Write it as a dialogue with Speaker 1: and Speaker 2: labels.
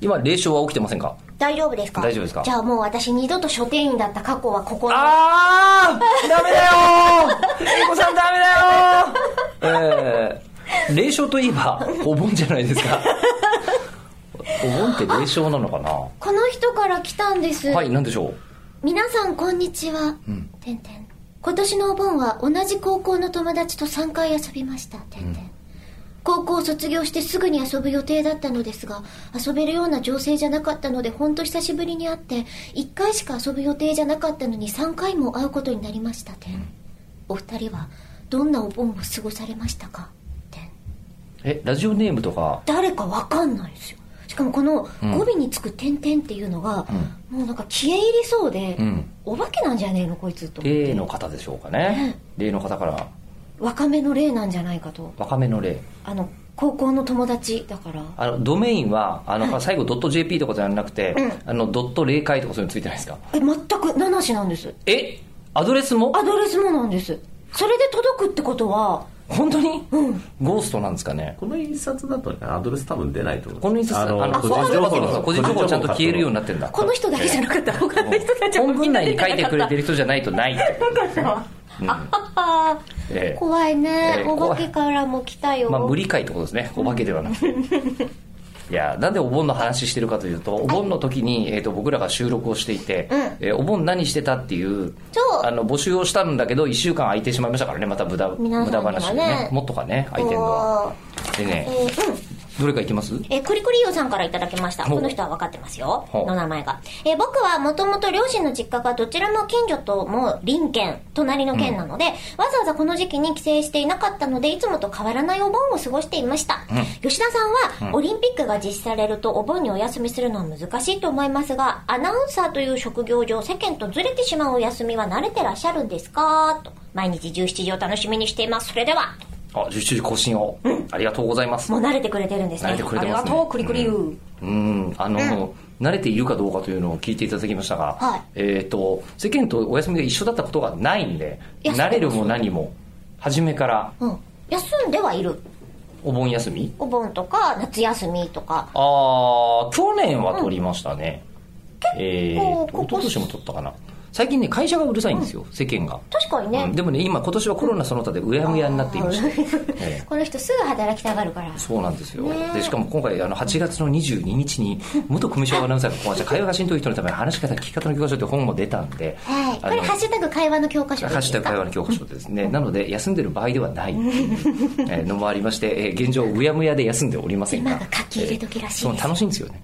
Speaker 1: 今、霊障は起きてませんか
Speaker 2: 大丈夫ですか
Speaker 1: 大丈夫ですか
Speaker 2: じゃあもう私二度と書店員だった過去はここに
Speaker 1: あーダメだよー英子さんダメだよーえー、霊障といえば、お盆じゃないですか。 お盆って霊障なのかな
Speaker 2: この人から来たんです、
Speaker 1: はい、なんでしょう
Speaker 2: 皆さんこんにちは、てんてん今年のお盆は同じ高校の友達と3回遊びましたてんてん高校を卒業してすぐに遊ぶ予定だったのですが遊べるような情勢じゃなかったのでほんと久しぶりに会って1回しか遊ぶ予定じゃなかったのに3回も会うことになりましたてん、お二人はどんなお盆を過ごされましたかてん
Speaker 1: え、ラジオネームとか、
Speaker 2: 誰かわかんないんですよしかもこの
Speaker 1: ん
Speaker 2: 語尾につく「点々」っていうのが、もうなんか消え入りそうで、
Speaker 1: うん
Speaker 2: お化けなんじゃねえのこいつと思って
Speaker 1: 霊の方でしょうかね。霊の方から、
Speaker 2: 若めの霊なんじゃないかと
Speaker 1: 若めの霊。
Speaker 2: あの高校の友達だから
Speaker 1: あの、ドメインは、あの、最後ドット .jp とかじゃなくて、あの、ドット霊界とかそういうのついてないですか
Speaker 2: え全く七しなんです
Speaker 1: えアドレスも
Speaker 2: アドレスもなんですそれで届くってことは
Speaker 1: 本当に、ゴーストなんですかね
Speaker 3: この印刷だとねアドレス多分出ないと思う
Speaker 1: この印刷
Speaker 3: あの
Speaker 1: あの
Speaker 3: 個
Speaker 1: あ
Speaker 3: 人情報
Speaker 1: そうかそうか
Speaker 3: の
Speaker 1: 個人情報ちゃんと消えるようになってんだ
Speaker 2: この人だけじゃなかった他の人たちも
Speaker 1: 本文内に書いてくれて
Speaker 2: る
Speaker 1: る人じゃないとないってことですね ええ
Speaker 2: 怖いね、
Speaker 1: ええ
Speaker 2: お化けからも来たよ、
Speaker 1: まあ無理解ってことですねお化けではなくて いやなんでお盆の話してるかというとお盆の時に、えー、と僕らが収録をしていて、
Speaker 2: うん
Speaker 1: えーお盆何してたっていう
Speaker 2: そう
Speaker 1: あの募集をしたんだけど1週間空いてしまいましたからねまた無駄
Speaker 2: 皆
Speaker 1: 無
Speaker 2: さ
Speaker 1: 駄
Speaker 2: んにはね
Speaker 1: 話でねもっとかね空いてるのは
Speaker 2: おー
Speaker 1: で
Speaker 2: え
Speaker 1: ね
Speaker 2: ーうん
Speaker 1: どれかいきます
Speaker 2: えー、クリクリオさんからいただきました。
Speaker 1: ほう
Speaker 2: この人は分かってますよ。
Speaker 1: ほう
Speaker 2: の名前が。えー僕はもともと両親の実家がどちらも近所とも隣県、隣の県なので、わざわざこの時期に帰省していなかったので、いつもと変わらないお盆を過ごしていました。吉田さんは、オリンピックが実施されるとお盆にお休みするのは難しいと思いますが、アナウンサーという職業上、世間とずれてしまうお休みは慣れてらっしゃるんですかと。毎日17時を楽しみにしています。それでは、
Speaker 1: あ17時更新を、ありがとうございます
Speaker 2: もう慣れてくれてるんですね。
Speaker 1: 慣れてくれてますね
Speaker 2: ありがとう、クリクリオ。
Speaker 1: うん、あの、慣れているかどうかというのを聞いていただきましたが、
Speaker 2: はい
Speaker 1: えっ、と、世間とお休みが一緒だったことがないんで、
Speaker 2: いや
Speaker 1: 慣れるも何も、初めから
Speaker 2: うん、休んではいる
Speaker 1: お盆休み
Speaker 2: お盆とか夏休みとか
Speaker 1: あー、去年は取りましたね。え
Speaker 2: 構
Speaker 1: ー
Speaker 2: こ
Speaker 1: と、
Speaker 2: こ
Speaker 1: 一昨年も取ったかな。最近ね、会社がうるさいんですよ、世間が。
Speaker 2: 確かに
Speaker 1: う
Speaker 2: ね
Speaker 1: ん、でもね、今、今年はコロナその他でうやむやになっていまして。ええ
Speaker 2: この人すぐ働きたがるから
Speaker 1: そうなんですよ、
Speaker 2: ねえ
Speaker 1: でしかも今回あの8月の22日に元組長アナウンサーがこうして会話がしんどい人のための話し方聞き方の教科書」という本も出たんで、
Speaker 2: はいこ
Speaker 1: あ
Speaker 2: れ「
Speaker 1: の
Speaker 2: ハッシュタグ会話の教科書」
Speaker 1: ハッシュタグ会話の教科書ですね。なので、休んでる場合ではないって いうえーのもありまして、えー現状、うやむやで休んでおりませんが。
Speaker 2: 今が書き入れ時らしいです
Speaker 1: えーそう楽しいんですよね。